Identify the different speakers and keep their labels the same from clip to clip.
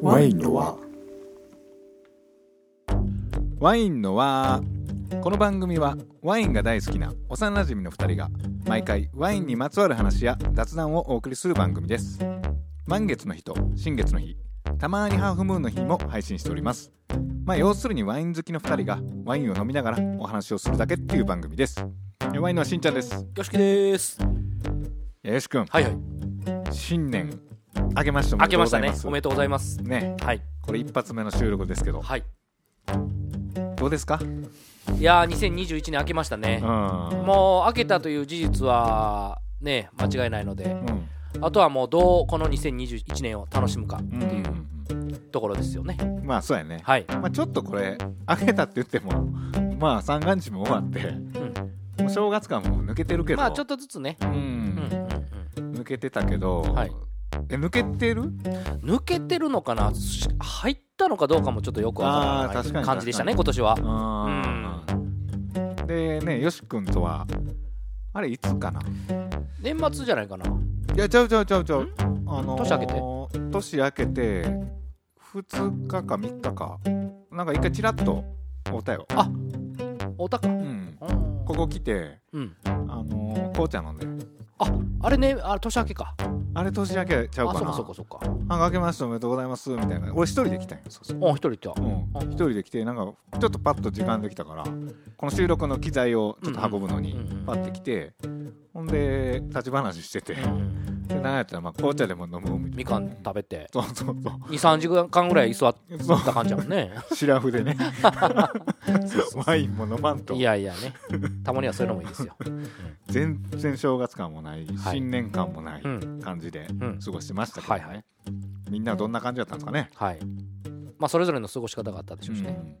Speaker 1: ワインのは
Speaker 2: ワインのはこの番組はワインが大好きな幼馴染の2人が毎回ワインにまつわる話や雑談をお送りする番組です満月の日と新月の日たまにハーフムーンの日も配信しておりますまあ要するにワイン好きの2人がワインを飲みながらお話をするだけっていう番組ですえワインのはしんちゃんです
Speaker 3: よしきです。
Speaker 2: よしくん
Speaker 3: はいはい。
Speaker 2: 新年明けましておめで
Speaker 3: 開け
Speaker 2: とうご
Speaker 3: まし
Speaker 2: ざ
Speaker 3: た
Speaker 2: い
Speaker 3: ね
Speaker 2: ま。す
Speaker 3: おめでとうございます。
Speaker 2: ね
Speaker 3: はい。
Speaker 2: これ一発目の収録ですけど
Speaker 3: はい。
Speaker 2: どうですかうん
Speaker 3: いやー、2021年開けましたね。
Speaker 2: も
Speaker 3: もう開けたという事実は、ね、間違いないので
Speaker 2: う、ん
Speaker 3: あとはもうどうこの2021年を楽しむか
Speaker 2: うんうん
Speaker 3: ところですよね。
Speaker 2: うんまあそうやね
Speaker 3: はい。
Speaker 2: まあ、ちょっとこれ開けたって言ってもまあ三が日も終わって、もう正月感も抜けてるけど
Speaker 3: まあちょっとずつね。
Speaker 2: う
Speaker 3: うんうん
Speaker 2: ん、抜けてたけど、
Speaker 3: はい
Speaker 2: え抜けてる
Speaker 3: うん。抜けてるのかなし入ったのかどうかもちょっとよくわ
Speaker 2: あー
Speaker 3: から
Speaker 2: 確か
Speaker 3: な
Speaker 2: に
Speaker 3: い感じでしたね、今年は。
Speaker 2: あーでねよし君とはあれいつかな
Speaker 3: 年末じゃないかな。、
Speaker 2: いやちゃうちゃうちゃうちゃうんあのー
Speaker 3: 年明けて
Speaker 2: 年明けて2日か3日かなんか一回チラッと会うたよ、
Speaker 3: あおたか。
Speaker 2: うん、
Speaker 3: うん
Speaker 2: ここ来て
Speaker 3: うん。
Speaker 2: あのー、紅茶飲んで
Speaker 3: あ、あれね、あれ年明けか。
Speaker 2: あれ年明けちゃう
Speaker 3: あ、
Speaker 2: か
Speaker 3: そっ
Speaker 2: な
Speaker 3: かそっかそっか。
Speaker 2: あ明けましておめでとうございますみたいな俺一人で来たんよそうそう
Speaker 3: うん、一人いた。
Speaker 2: うん一人で来てなんかちょっとパッと時間できたからこの収録の機材をちょっと運ぶのに
Speaker 3: うんうんうんうん
Speaker 2: パッて来てほんで立ち話しててでなんやったらまあ紅茶でも飲もうみたい
Speaker 3: みかん食べて
Speaker 2: なそうそう
Speaker 3: 23時間ぐらい居座っ
Speaker 2: そうそ
Speaker 3: た感じやも んね
Speaker 2: うシラフ でねワインも飲まんと
Speaker 3: いやいやねたまにはそういうのもいいですよ、
Speaker 2: 全然正月感もない
Speaker 3: はい
Speaker 2: 新年感もないう感じで
Speaker 3: うん
Speaker 2: 過ごしてましたけど
Speaker 3: はいは
Speaker 2: ねみんなはどんな感じだったんですかね
Speaker 3: はいまあそれぞれの過ごし方があったでしょうしね、
Speaker 2: うん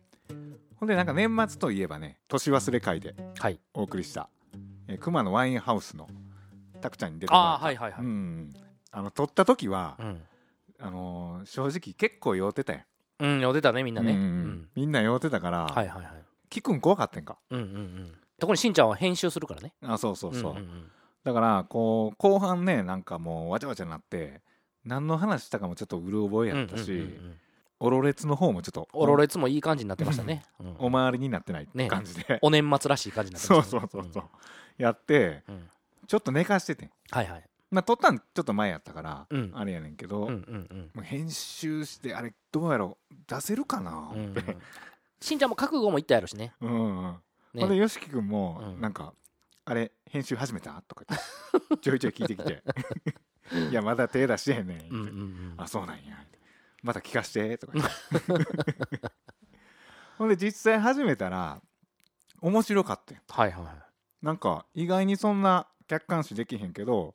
Speaker 2: ほんでなんか年末といえばね年忘れ会で
Speaker 3: はい
Speaker 2: お送りした、えー、熊野ワインハウスのタクちゃんに出てもらっ
Speaker 3: ああ
Speaker 2: た
Speaker 3: はいはいはい、
Speaker 2: う
Speaker 3: うん
Speaker 2: ん、あの撮った時は
Speaker 3: う、ん
Speaker 2: あのー正直結構酔ってたや、
Speaker 3: よ出たねみんなんね、
Speaker 2: うん
Speaker 3: うん
Speaker 2: みんな酔ってたから、
Speaker 3: はいはいはい
Speaker 2: キくん怖かったんか
Speaker 3: うんうんうん特にしんちゃんは編集するからね
Speaker 2: あそうそうそう、
Speaker 3: んんん
Speaker 2: だからこう後半ねなんかもうわちゃわちゃになって何の話したかもちょっとうる覚えやった
Speaker 3: うんうんうん
Speaker 2: し
Speaker 3: うん
Speaker 2: おろれつの方もちょっと
Speaker 3: おろれつもいい感じになってましたね、うん
Speaker 2: お回りになってない
Speaker 3: ね
Speaker 2: 感じで、
Speaker 3: お年末らしい感じになっ て
Speaker 2: そ
Speaker 3: ま
Speaker 2: う
Speaker 3: した
Speaker 2: そ
Speaker 3: ね、
Speaker 2: うそうそう、やって
Speaker 3: うんうん
Speaker 2: ちょっと寝かしててん
Speaker 3: はいはい
Speaker 2: まあ撮ったんちょっと前やったから、
Speaker 3: うん
Speaker 2: あれやねんけど、
Speaker 3: うんうんうん
Speaker 2: もう編集してあれどうやろう出せるかな
Speaker 3: うんうんしんちゃんも覚悟も言ったやろしね
Speaker 2: うんうん、
Speaker 3: ね
Speaker 2: ほんで y o s くんも
Speaker 3: うん
Speaker 2: なんか、あれ編集始めた?」とか言ってちょいちょい聞いてき て「いやまだ手出してへんねん」
Speaker 3: うんうんうん
Speaker 2: あそうなんや」また聞かして」とか 言ってほんで実際始めたら面白かったよ
Speaker 3: はいはいはい
Speaker 2: なんか意外にそんな客観視できへんけど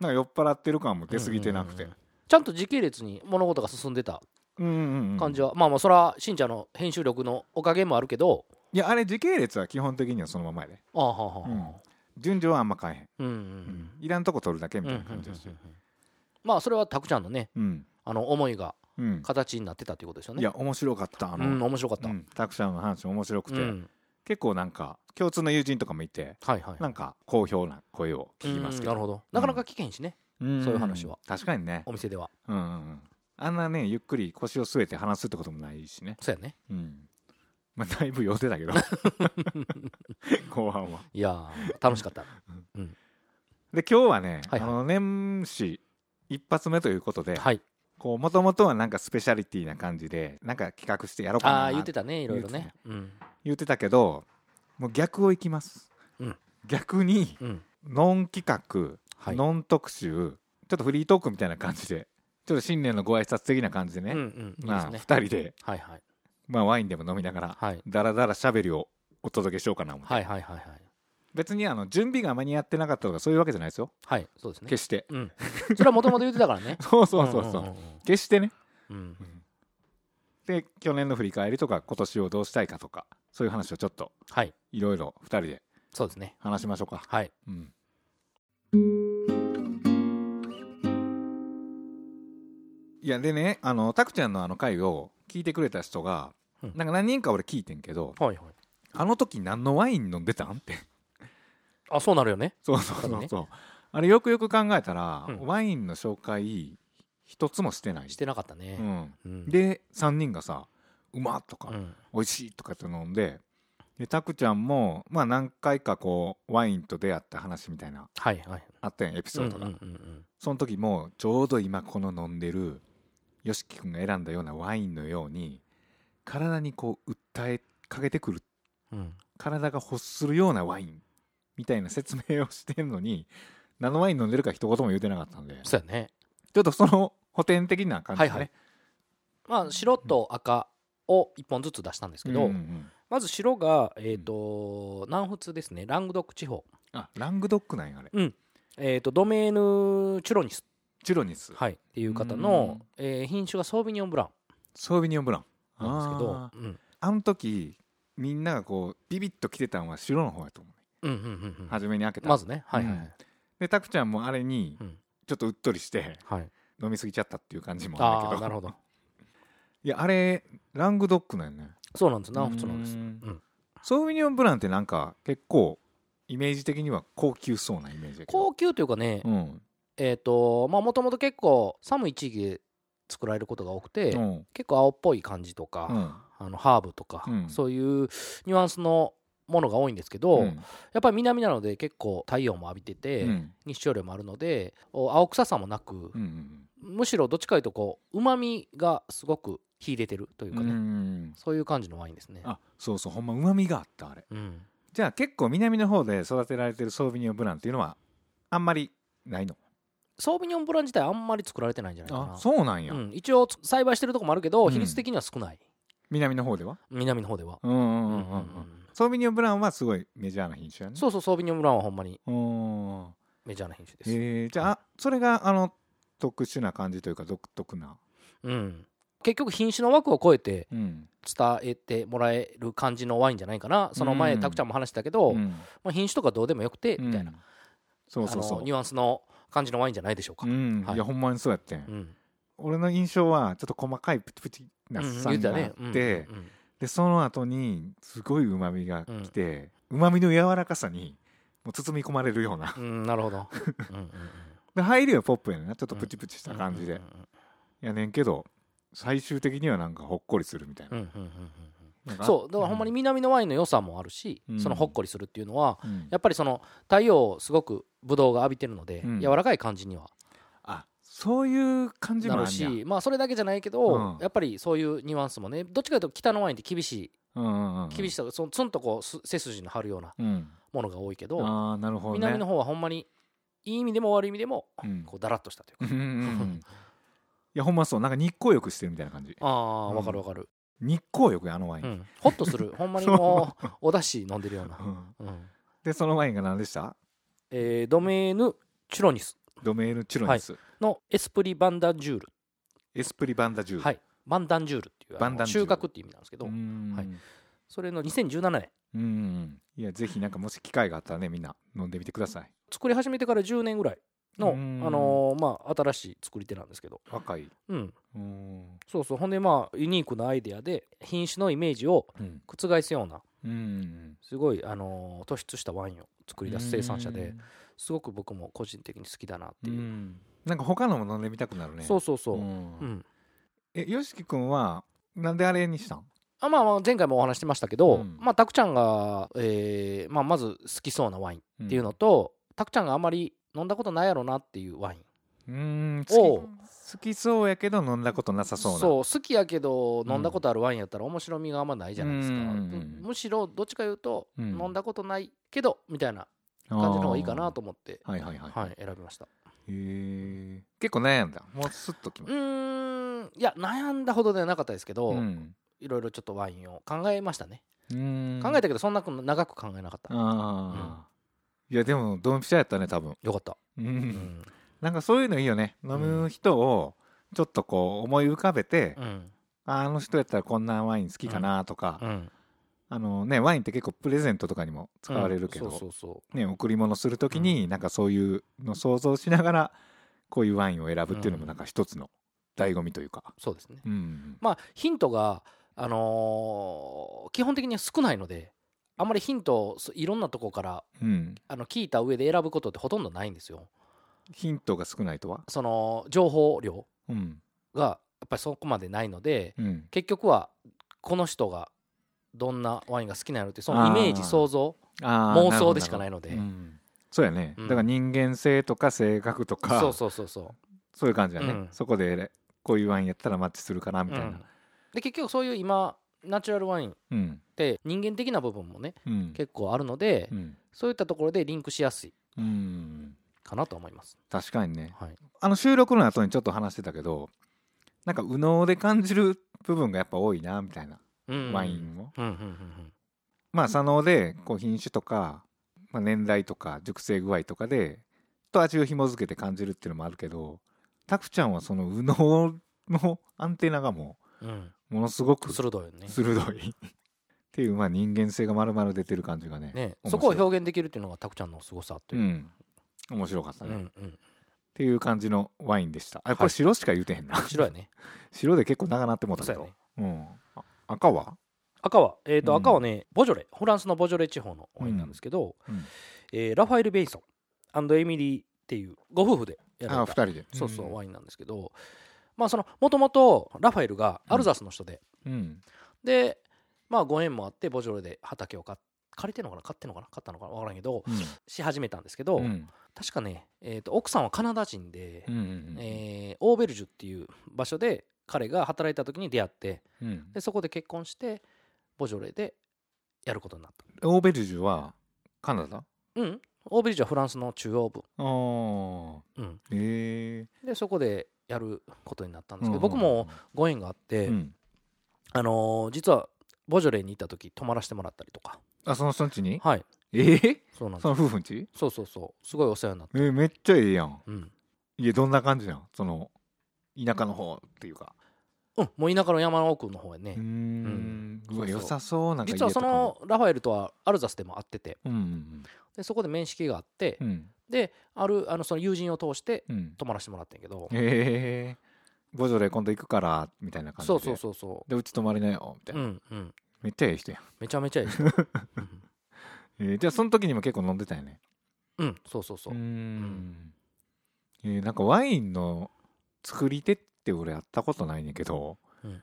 Speaker 2: なんか酔っ払ってる感も出過ぎてなくて
Speaker 3: うんうんうんちゃんと時系列に物事が進んでた
Speaker 2: うんうんうん
Speaker 3: 感じは、まあまあそれはしんちゃんの編集力のおかげもあるけど
Speaker 2: いやあれ時系列は基本的にはそのままやで、
Speaker 3: ああはあはあ
Speaker 2: うん順序はあんま変えへん、
Speaker 3: うんうん
Speaker 2: うんいらんとこ取るだけみ
Speaker 3: うんう
Speaker 2: た
Speaker 3: ん
Speaker 2: いな感じだし
Speaker 3: まあそれはたくちゃんのね
Speaker 2: うん
Speaker 3: あの思いが
Speaker 2: うん
Speaker 3: 形になってたということですよね
Speaker 2: いや面白かったあ
Speaker 3: う
Speaker 2: の、
Speaker 3: ん面白かった、
Speaker 2: うんタクシャンの話面白くて、
Speaker 3: うん
Speaker 2: 結構なんか共通の友人とかもいて
Speaker 3: はいはい
Speaker 2: なんか好評な声を聞きますけ
Speaker 3: う
Speaker 2: ど
Speaker 3: んなるほどなかなか聞けへんしね、
Speaker 2: ん
Speaker 3: そういう話は
Speaker 2: 確かにね
Speaker 3: お店では
Speaker 2: うんうんうんあんなねゆっくり腰を据えて話すってこともないしね
Speaker 3: そうやね
Speaker 2: うんまあだいぶ寄せ たけど後半はい
Speaker 3: や ー楽しかった
Speaker 2: で今日はね、
Speaker 3: はいはい
Speaker 2: あの年始一発目ということで、
Speaker 3: はい
Speaker 2: こうもともとはなんかスペシャリティな感じでなんか企画してやろうか
Speaker 3: ああ
Speaker 2: な
Speaker 3: 言ってたねいろいろねうん
Speaker 2: 言ってたけどもう逆をいきます、
Speaker 3: うん
Speaker 2: 逆に
Speaker 3: うん
Speaker 2: ノン企画、
Speaker 3: はい
Speaker 2: ノン特集ちょっとフリートークみたいな感じでちょっと新年のご挨拶的な感じでね、
Speaker 3: うんうんいいで
Speaker 2: ますあ、
Speaker 3: ね
Speaker 2: 2人で、
Speaker 3: はいはい
Speaker 2: まあ、ワインでも飲みながら
Speaker 3: はい
Speaker 2: だらだらしゃべりをお届けしようかな思って、
Speaker 3: はいはいはいはい
Speaker 2: 別にあの準備が間に合ってなかったとかそういうわけじゃないですよ
Speaker 3: はいそうですね
Speaker 2: 決して、
Speaker 3: うんそれはもともと言ってたからね
Speaker 2: そうそうそうそう,、
Speaker 3: んんんん
Speaker 2: 決してね
Speaker 3: うん
Speaker 2: で去年の振り返りとか今年をどうしたいかとかそういう話をちょっと
Speaker 3: はい、
Speaker 2: いろいろ2人で
Speaker 3: そうですね。
Speaker 2: 話しましょうか
Speaker 3: はい。
Speaker 2: うんいやでねあのタクちゃんのあの回を聞いてくれた人が、
Speaker 3: うん
Speaker 2: なんか何人か俺聞いてんけど
Speaker 3: はいはい。
Speaker 2: あの時何のワイン飲んでたんって
Speaker 3: あ、そうなるよね。
Speaker 2: そうそうそう
Speaker 3: ね
Speaker 2: そうあれよくよく考えたら、
Speaker 3: うん
Speaker 2: ワインの紹介一つもしてない
Speaker 3: してなかったね
Speaker 2: う、ん、
Speaker 3: うん
Speaker 2: で3人がさ「うまっ」とか、
Speaker 3: うん
Speaker 2: 美味しいとかって飲んででタクちゃんも、まあ、何回かこうワインと出会った話みたいな
Speaker 3: はいはい
Speaker 2: あったやんエピソードが、
Speaker 3: うんうんうんうん
Speaker 2: その時もちょうど今この飲んでるよしき君が選んだようなワインのように体にこう訴えかけてくる
Speaker 3: うん
Speaker 2: 体が欲するようなワインみたいな説明をしてんのに何のワイン飲んでるか一言も言うてなかったんで
Speaker 3: そうやね
Speaker 2: ちょっとその補填的な感じでね、
Speaker 3: はいはいまあ白と赤を1本ずつ出したんですけど、
Speaker 2: うんうんうん
Speaker 3: まず白が、えーと南仏ですねラングドック地方、
Speaker 2: あラングドックなんやあれ
Speaker 3: えー、とドメーヌ・チュロニス、
Speaker 2: チュロニス、
Speaker 3: はい、っていう方の、えー品種がソービニョン・ブラ
Speaker 2: ソービニョンブラン
Speaker 3: ウンなんですけ
Speaker 2: あ
Speaker 3: ど
Speaker 2: ー、
Speaker 3: うん
Speaker 2: あの時みんながこうビビッと来てたのは白の方やと思う、ね
Speaker 3: うんうんうんうん
Speaker 2: 初めに開けた
Speaker 3: まずねはいはい
Speaker 2: うんでタクちゃんもあれに
Speaker 3: うん
Speaker 2: ちょっとうっとりして
Speaker 3: はい、はい、
Speaker 2: 飲みすぎちゃったっていう感じもあるんだ
Speaker 3: あ
Speaker 2: け
Speaker 3: あ
Speaker 2: ど
Speaker 3: なるほど
Speaker 2: いやあれラングドックなんよね
Speaker 3: そうなんです南仏なんですうん
Speaker 2: ソービニョンブランってなんか結構イメージ的には高級そうなイメージやけど
Speaker 3: 高級というかね、
Speaker 2: うん
Speaker 3: えっ、とまあもともと結構寒い地域で作られることが多くて、
Speaker 2: うん
Speaker 3: 結構青っぽい感じとか、
Speaker 2: うん
Speaker 3: あのハーブとか、
Speaker 2: うん
Speaker 3: そういうニュアンスのものが多いんですけど、
Speaker 2: うん
Speaker 3: やっぱり南なので結構太陽も浴びてて、
Speaker 2: うん
Speaker 3: 日照量もあるのでお青臭さもなく、
Speaker 2: うん
Speaker 3: むしろどっちかというとこうまみがすごく秀でてるという
Speaker 2: う
Speaker 3: かね、
Speaker 2: ん
Speaker 3: そういう感じのワインですね。
Speaker 2: あそうそうほんまうまみがあったあれ
Speaker 3: うん、
Speaker 2: じゃあ結構南の方で育てられてるソービニョンブランっていうのはあんまりないの
Speaker 3: ソービニョンブラン自体あんまり作られてないんじゃないかな
Speaker 2: あそうなんや、
Speaker 3: うん、一応つ栽培してるとこもあるけど、
Speaker 2: うん
Speaker 3: 比率的には少ない
Speaker 2: 南の方では
Speaker 3: 南の方では、
Speaker 2: うんうんうん
Speaker 3: う
Speaker 2: うんん
Speaker 3: う
Speaker 2: うん
Speaker 3: うん
Speaker 2: んソービニョンブランはすごいメジャーな品種やね
Speaker 3: そうそうソービニョンブランはほんまに
Speaker 2: ううん
Speaker 3: メジャーな品種です、
Speaker 2: えー、じゃあそれがあの特殊な感じというか独特な、
Speaker 3: うん、結局品種の枠を超えて
Speaker 2: うん
Speaker 3: 伝えてもらえる感じのワインじゃないかなその前、
Speaker 2: うん
Speaker 3: たくちゃんも話したけど、
Speaker 2: うん
Speaker 3: まあ、品種とかどうでもよくて、
Speaker 2: うん
Speaker 3: みたいな
Speaker 2: そうそうそ
Speaker 3: あ
Speaker 2: う
Speaker 3: のニュアンスの感じのワインじゃないでしょうか、
Speaker 2: う
Speaker 3: うん
Speaker 2: ん、
Speaker 3: はい
Speaker 2: い、やほんまにそうやってん、俺の印象はちょっと細かいプチプチな
Speaker 3: うん
Speaker 2: 酸があって、
Speaker 3: うんうん
Speaker 2: でその後にすごいうまみがきてうま、みの柔らかさにもう包み込まれるような
Speaker 3: うんうんなるほどうんうんうん
Speaker 2: で入りはポップやねんなちょっとプチプチした感じで、
Speaker 3: うん
Speaker 2: やねんけど最終的にはなんかほっこりするみたいな
Speaker 3: うんうんうんうんうん
Speaker 2: なん
Speaker 3: うん
Speaker 2: か
Speaker 3: そうだからほんまに南のワインの良さもあるし、
Speaker 2: うん
Speaker 3: そのほっこりするっていうのは
Speaker 2: うん、
Speaker 3: やっぱりその太陽をすごくブドウが浴びてるので、
Speaker 2: うん
Speaker 3: 柔らかい感じには
Speaker 2: あそういう感じ
Speaker 3: な
Speaker 2: もあ
Speaker 3: る
Speaker 2: るし、
Speaker 3: しまあそれだけじゃないけど、
Speaker 2: うん
Speaker 3: やっぱりそういうニュアンスもねどっちかというと北のワインって厳しい
Speaker 2: うんうんうん、
Speaker 3: 厳しさがそんつんとこうす背筋の張るような
Speaker 2: うん、
Speaker 3: ものが多いけど、
Speaker 2: ああなるほど、ね、
Speaker 3: 南の方はほんまにいい意味でも悪い意味でも
Speaker 2: うん
Speaker 3: こうだらっとしたというか、
Speaker 2: うんうんうんいやほんまそうなんか日光浴してるみたいな感じ
Speaker 3: ああ
Speaker 2: うん
Speaker 3: わかるわかる、
Speaker 2: 日光浴やあのワイン、
Speaker 3: う
Speaker 2: うん
Speaker 3: んホッとするほんまにもうお出汁飲んでるような、うん
Speaker 2: でそのワインが何でした
Speaker 3: えードメーヌ・チュロニス
Speaker 2: ドメールチュロニス、
Speaker 3: のエスプリ・バンダンジュール、
Speaker 2: エスプリバンダジュール
Speaker 3: はいバンダンジュールっていう
Speaker 2: バ
Speaker 3: あ
Speaker 2: ンダ
Speaker 3: の
Speaker 2: ンジュ
Speaker 3: 収
Speaker 2: ール
Speaker 3: 穫っていう意味なんですけど、
Speaker 2: うーん、
Speaker 3: はいそれの2017年
Speaker 2: うんうんいやぜひなんかもし機会があったらねみんな飲んでみてください
Speaker 3: 作り始めてから10年ぐらいの、
Speaker 2: うん
Speaker 3: あのーまあ、新しい作り手なんですけど、
Speaker 2: 若いう
Speaker 3: うん、
Speaker 2: ーん
Speaker 3: そうそうほんでまあユニークなアイデアで品種のイメージを
Speaker 2: うん
Speaker 3: 覆すような
Speaker 2: うんうん
Speaker 3: すごい、あのー突出したワインを作り出す生産者
Speaker 2: う
Speaker 3: で
Speaker 2: ん
Speaker 3: すごく僕も個人的に好きだなって
Speaker 2: う
Speaker 3: いう、
Speaker 2: んなんか他のも飲んでみたくなるね
Speaker 3: そうそうそう、うん
Speaker 2: んえよしき君はなんであれにしたん
Speaker 3: あまあまあ前回もお話ししてましたけど、
Speaker 2: うん
Speaker 3: まあ、たくちゃんが、えーまあ、まず好きそうなワインっていうのと、たくちゃんがあまり飲んだことないやろなっていうワイン
Speaker 2: うん
Speaker 3: を
Speaker 2: 好き好きそうやけど飲んだことなさそうな
Speaker 3: 好きやけど飲んだことあるワインやったら面白みがあんまないじゃないですか、
Speaker 2: うんうんうん
Speaker 3: むしろどっちか言うと、
Speaker 2: うん
Speaker 3: 飲んだことないけどみたいな感じの方がいいかなと思って、
Speaker 2: あーはいはいはい、
Speaker 3: はい、選びました
Speaker 2: へえ結構悩んだもうスッときま
Speaker 3: う
Speaker 2: し
Speaker 3: ーんいや悩んだほどではなかったですけ
Speaker 2: た
Speaker 3: ど、
Speaker 2: うん
Speaker 3: いろいろちょっとワインを考えましたね、
Speaker 2: うん
Speaker 3: 考えたけどそんな長く考えなかった、
Speaker 2: ああ、いやでもドンピシャやったね多分、
Speaker 3: よかった、
Speaker 2: うん
Speaker 3: うん
Speaker 2: なんかそういうのいいよね飲む人をちょっとこう思い浮かべて、
Speaker 3: うん
Speaker 2: ああの人やったらこんなワイン好きかなとか、
Speaker 3: うん
Speaker 2: あのねワインって結構プレゼントとかにも使われるけど、
Speaker 3: うんそうそうそ
Speaker 2: ね、贈り物するときになんかそういうの想像しながらこういうワインを選ぶっていうのもなんか一つの醍醐味というか、
Speaker 3: うそうですね
Speaker 2: うん、
Speaker 3: まあヒントが、あのー基本的には少ないのであんまりヒントをそいろんなとこから
Speaker 2: うん、
Speaker 3: あの聞いた上で選ぶことってほとんどないんですよ
Speaker 2: ヒントが少ないとは
Speaker 3: その情報量
Speaker 2: うん
Speaker 3: がやっぱりそこまでないので
Speaker 2: うん
Speaker 3: 結局はこの人がどんなワインが好きなのってそのイメージ
Speaker 2: あー
Speaker 3: 想像
Speaker 2: あー
Speaker 3: 妄想でしかないので
Speaker 2: るほどるほどうんそうやね、
Speaker 3: うん
Speaker 2: だから人間性とか性格とか
Speaker 3: そうそうそうそう
Speaker 2: そういう感じだね、
Speaker 3: うん
Speaker 2: そこでこういうワインやったらマッチするかなみたいな
Speaker 3: で結局そういう今ナチュラルワインっ
Speaker 2: うん
Speaker 3: て人間的な部分もね
Speaker 2: うん
Speaker 3: 結構あるので、
Speaker 2: うん、
Speaker 3: そういったところでリンクしやすい
Speaker 2: うん、
Speaker 3: かなと思います。
Speaker 2: 確かにね
Speaker 3: はい、
Speaker 2: あの収録の後にちょっと話してたけどなんか右脳で感じる部分がやっぱ多いなみたいな、
Speaker 3: うん
Speaker 2: ワイ。ンも
Speaker 3: うんうんうんうん
Speaker 2: まあ左脳でこう品種とか、まあ、年代とか熟成具合とかでと味を紐付けて感じるっていうのもあるけどタクちゃんはその右脳の アンテナがも
Speaker 3: うん、
Speaker 2: うものすごく
Speaker 3: 鋭いよね
Speaker 2: 鋭いっていうまあ人間性がまるまる出てる感じがね
Speaker 3: ね
Speaker 2: 面白い
Speaker 3: そこを表現できるっていうのがタクちゃんのすごさと
Speaker 2: う
Speaker 3: いう、
Speaker 2: ん面白かった
Speaker 3: う
Speaker 2: ね、
Speaker 3: んう
Speaker 2: っ
Speaker 3: ん
Speaker 2: ていう感じのワインでしたあこ
Speaker 3: は
Speaker 2: れ
Speaker 3: い
Speaker 2: 白しか言うてへんな、
Speaker 3: 白いね
Speaker 2: 白で結構長なってもうた
Speaker 3: そ
Speaker 2: け
Speaker 3: うや
Speaker 2: ど
Speaker 3: ね
Speaker 2: うん、あ赤は
Speaker 3: 赤は、えーと
Speaker 2: うん
Speaker 3: 赤はねボジョレフランスのボジョレ地方のワインなんですけど、
Speaker 2: うんうん
Speaker 3: えーラファエル・ベイソンエミリーっていうご夫婦でやら
Speaker 2: あ
Speaker 3: れ
Speaker 2: 二
Speaker 3: た
Speaker 2: 人で
Speaker 3: そうそう、ワ
Speaker 2: イ
Speaker 3: インなんですけどまあそのもともとラファエルがアルザスの人で、
Speaker 2: ン、うん、
Speaker 3: でまあご縁もあってボジョレで畑を買っ借りてんのかな買ってんのかな買ったのかな分からんけど
Speaker 2: うん
Speaker 3: し始めたんですけど、
Speaker 2: うん
Speaker 3: 確かね、えー、と奥さんはカナダ人で、
Speaker 2: うんうん
Speaker 3: えーオーベルジュっていう場所で彼が働いた時に出会って
Speaker 2: うん
Speaker 3: でそこで結婚してボジョレでやることになった
Speaker 2: オーベルジュはカナダ
Speaker 3: うんオーベルジュはフランスの中央部、
Speaker 2: あ
Speaker 3: うん、
Speaker 2: あへえ
Speaker 3: でそこでやることになったんですけど、
Speaker 2: うん
Speaker 3: 僕もご縁があって、
Speaker 2: うん
Speaker 3: あのー実はボジョレに行った時泊まらせてもらったりとか
Speaker 2: あその人んちに
Speaker 3: はい
Speaker 2: ええ
Speaker 3: そうなんです
Speaker 2: その夫婦んち
Speaker 3: そうそうそうすごいお世話になって
Speaker 2: えーめっちゃええやん
Speaker 3: うん、
Speaker 2: いやどんな感じなんその田舎の方っていうか
Speaker 3: うん、もう田舎の山の奥の方へね
Speaker 2: うー、ん
Speaker 3: うん
Speaker 2: うわ
Speaker 3: そうそう
Speaker 2: 良さそうなんか家
Speaker 3: 実はそのラファエルとはアルザスでも会ってて
Speaker 2: とかもうん
Speaker 3: でそこで面識があって、
Speaker 2: うんうん
Speaker 3: であるあのその友人を通して
Speaker 2: うんうん
Speaker 3: 泊まらせてもらったんやけど
Speaker 2: へえボジョレ今度行くからみたいな感じで
Speaker 3: そうそうそうそ
Speaker 2: でうち泊まりなよみたいう
Speaker 3: う
Speaker 2: な、
Speaker 3: んうん
Speaker 2: めっちゃええ人やん、
Speaker 3: めちゃめちゃいい 人うん
Speaker 2: えーじゃあその時にも結構飲んでたよね
Speaker 3: うんそうそうそう
Speaker 2: ー
Speaker 3: うん
Speaker 2: えーなんかワインの作り手って俺やったことないねんけど、
Speaker 3: うん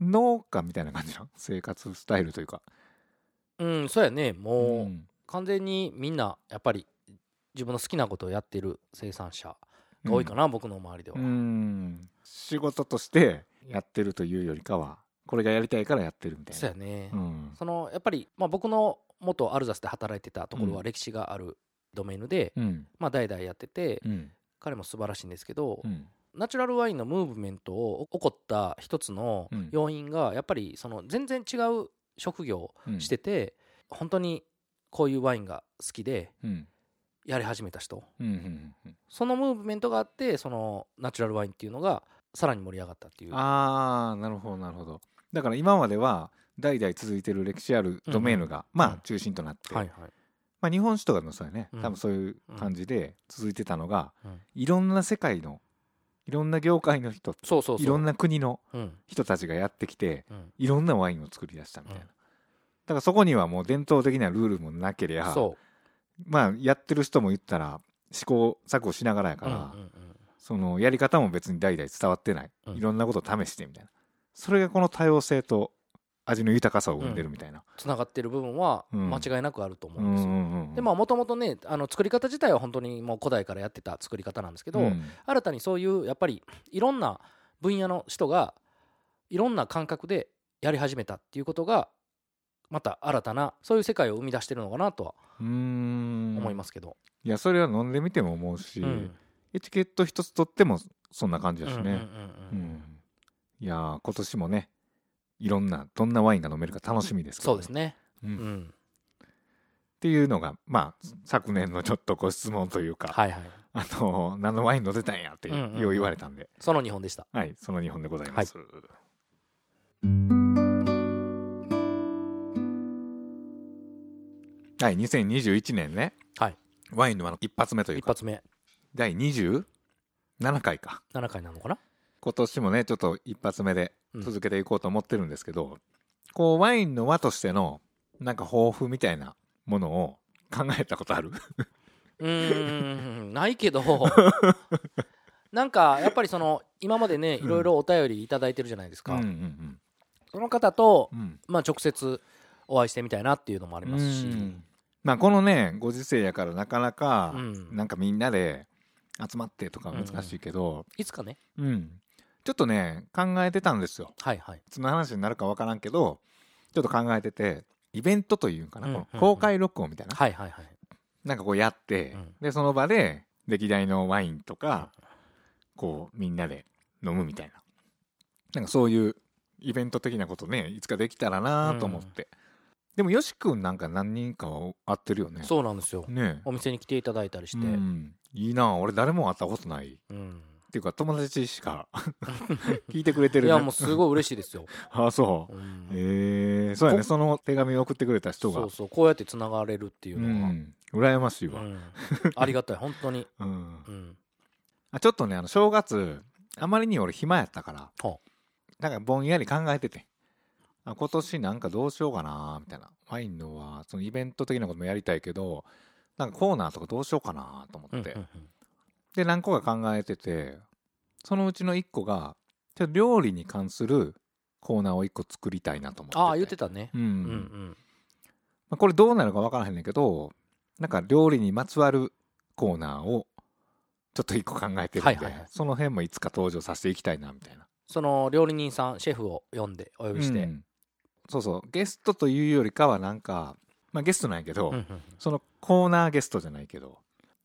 Speaker 2: 農家みたいな感じの生活スタイルというか
Speaker 3: うんそうやね
Speaker 2: う
Speaker 3: もうん完全にみんなやっぱり自分の好きなことをやってる生産者が多いかな僕の周りでは
Speaker 2: うんうん仕事としてやってるというよりかはこれがやりたいからやってるみたいな
Speaker 3: そうやね
Speaker 2: うん
Speaker 3: そのやっぱりまあ僕の元アルザスで働いてたところ
Speaker 2: う
Speaker 3: は
Speaker 2: ん
Speaker 3: 歴史があるドメインで
Speaker 2: うん
Speaker 3: まあ代々やってて
Speaker 2: うん
Speaker 3: 彼も素晴らしいんですけど
Speaker 2: うん
Speaker 3: ナチュラルワインのムーブメントを起こった一つの
Speaker 2: うん
Speaker 3: 要因がやっぱりその全然違う職業
Speaker 2: うん
Speaker 3: してて本当にこういうワインが好きで
Speaker 2: うん
Speaker 3: やり始めた人
Speaker 2: うんうんうん
Speaker 3: そのムーブメントがあってそのナチュラルワインっていうのがさらに盛り上がったっていう
Speaker 2: ああなるほどなるほどだから今までは代々続いてる歴史あるドメーヌが、まあ中心となって、
Speaker 3: はいはい
Speaker 2: まあ、日本酒とかのそうやね、
Speaker 3: うん
Speaker 2: 多分そういう感じで続いてたのが、
Speaker 3: うん
Speaker 2: いろんな世界のいろんな業界の人
Speaker 3: そうそうそう
Speaker 2: いろんな国の
Speaker 3: うん
Speaker 2: 人たちがやってきて
Speaker 3: うん
Speaker 2: いろんなワインを作り出したみたいな、
Speaker 3: うん
Speaker 2: だからそこにはもう伝統的なルールもなけりゃ
Speaker 3: そ
Speaker 2: まあやってる人も言ったら試行錯誤しながらや
Speaker 3: う
Speaker 2: から、
Speaker 3: うんうんうん
Speaker 2: そのやり方も別に代々伝わってない、
Speaker 3: うん
Speaker 2: いろんなことを試してみたいなそれがこの多様性と味の豊かさを生んでるみたいな、
Speaker 3: つながってる部分は
Speaker 2: うん
Speaker 3: 間違いなくあると思
Speaker 2: う
Speaker 3: うん
Speaker 2: うんん
Speaker 3: です
Speaker 2: う
Speaker 3: よ
Speaker 2: んうん、
Speaker 3: でまあもともとねあの作り方自体は本当にもう古代からやってた作り方なんですけど、
Speaker 2: うん
Speaker 3: 新たにそういうやっぱりいろんな分野の人がいろんな感覚でやり始めたっていうことがまた新たなそういう世界を生み出してるのかなとは
Speaker 2: うーん
Speaker 3: 思いますけど、
Speaker 2: いやそれは飲んでみても思うし、
Speaker 3: うん
Speaker 2: エチケット一つとってもそんな感じだし
Speaker 3: うんうんうん
Speaker 2: ね、う
Speaker 3: うんん
Speaker 2: いやー今年もねいろんなどんなワインが飲めるか楽しみですけど
Speaker 3: そうですね、
Speaker 2: うん
Speaker 3: う
Speaker 2: っ
Speaker 3: ん、
Speaker 2: ていうのがまあ昨年のちょっとご質問というか、
Speaker 3: はいはい
Speaker 2: あのー何のワイン飲んでたんやってよ
Speaker 3: うんうんうん
Speaker 2: う言われたんで、
Speaker 3: その日本でした
Speaker 2: はいその日本でございます、はい、2021年ね、
Speaker 3: はい
Speaker 2: ワインのあの一発目という
Speaker 3: 一
Speaker 2: か
Speaker 3: 発目
Speaker 2: 第27回か
Speaker 3: 7回なのかな
Speaker 2: 今年もねちょっと一発目で
Speaker 3: うん
Speaker 2: 続けていこうと思ってるんですけど、こうワインの輪としてのなんか抱負みたいなものを考えたことある
Speaker 3: うーんないけどなんかやっぱりその今までね
Speaker 2: うん
Speaker 3: いろいろお便りいただいてるじゃないです
Speaker 2: う
Speaker 3: か、
Speaker 2: んうん
Speaker 3: その方と
Speaker 2: う、ん
Speaker 3: まあ、直接お会いしてみたいなっていうのもあり
Speaker 2: うん
Speaker 3: ますし、
Speaker 2: うんまあこのねご時世やからなかなか、
Speaker 3: うん
Speaker 2: なんかみんなで集まってとかは難しいけど、
Speaker 3: いつかね
Speaker 2: うんちょっとね考えてたんですよ
Speaker 3: はいはい
Speaker 2: その話になるかわからんけどちょっと考えててイベントというんかな、
Speaker 3: うん
Speaker 2: この公開録音みたいな、
Speaker 3: はいはいはい
Speaker 2: なんかこうやって、
Speaker 3: うん
Speaker 2: でその場で歴代のワインとかこうみんなで飲むみたいななんかそういうイベント的なことねいつかできたらなと思って、でもよし君なんか何人かは会ってるよね
Speaker 3: そうなんですよ
Speaker 2: ね
Speaker 3: お店に来ていただいたりして、う
Speaker 2: うんんいいな俺誰も会ったことないっていうか友達しか 聞いてくれてる
Speaker 3: い
Speaker 2: ね
Speaker 3: やもうすごい嬉しいです よ、
Speaker 2: あそう
Speaker 3: うん
Speaker 2: えー、そうやね
Speaker 3: こ
Speaker 2: その手紙を送ってくれた人が
Speaker 3: そうそうこうやってつながれるっていう
Speaker 2: う
Speaker 3: のが、
Speaker 2: ん羨ましいうわ、
Speaker 3: んありがたい本当に、
Speaker 2: うん
Speaker 3: うん、
Speaker 2: あちょっとねあの正月あまりに俺暇やったから
Speaker 3: ほ
Speaker 2: なんかぼんやり考えててあ今年なんかどうしようかなみたいなワインのはそのイベント的なこともやりたいけどなんかコーナーとかどうしようかなと思
Speaker 3: う
Speaker 2: っ
Speaker 3: ん
Speaker 2: て、
Speaker 3: うん
Speaker 2: で何個か考えててそのうちの1個がちょっと料理に関するコーナーを1個作りたいなと思って
Speaker 3: ああ言ってたね、
Speaker 2: うん、
Speaker 3: うんうん
Speaker 2: まあ、これどうなるか分からへんねんけどなんか料理にまつわるコーナーをちょっと一個考えてるんで、
Speaker 3: はいはいはい
Speaker 2: その辺もいつか登場させていきたいなみたいな
Speaker 3: その料理人さんシェフを呼んでお呼びして、
Speaker 2: うんそうそうゲストというよりかはなんかまあゲストなんやけど、
Speaker 3: うんうんうん
Speaker 2: そのコーナーゲストじゃないけど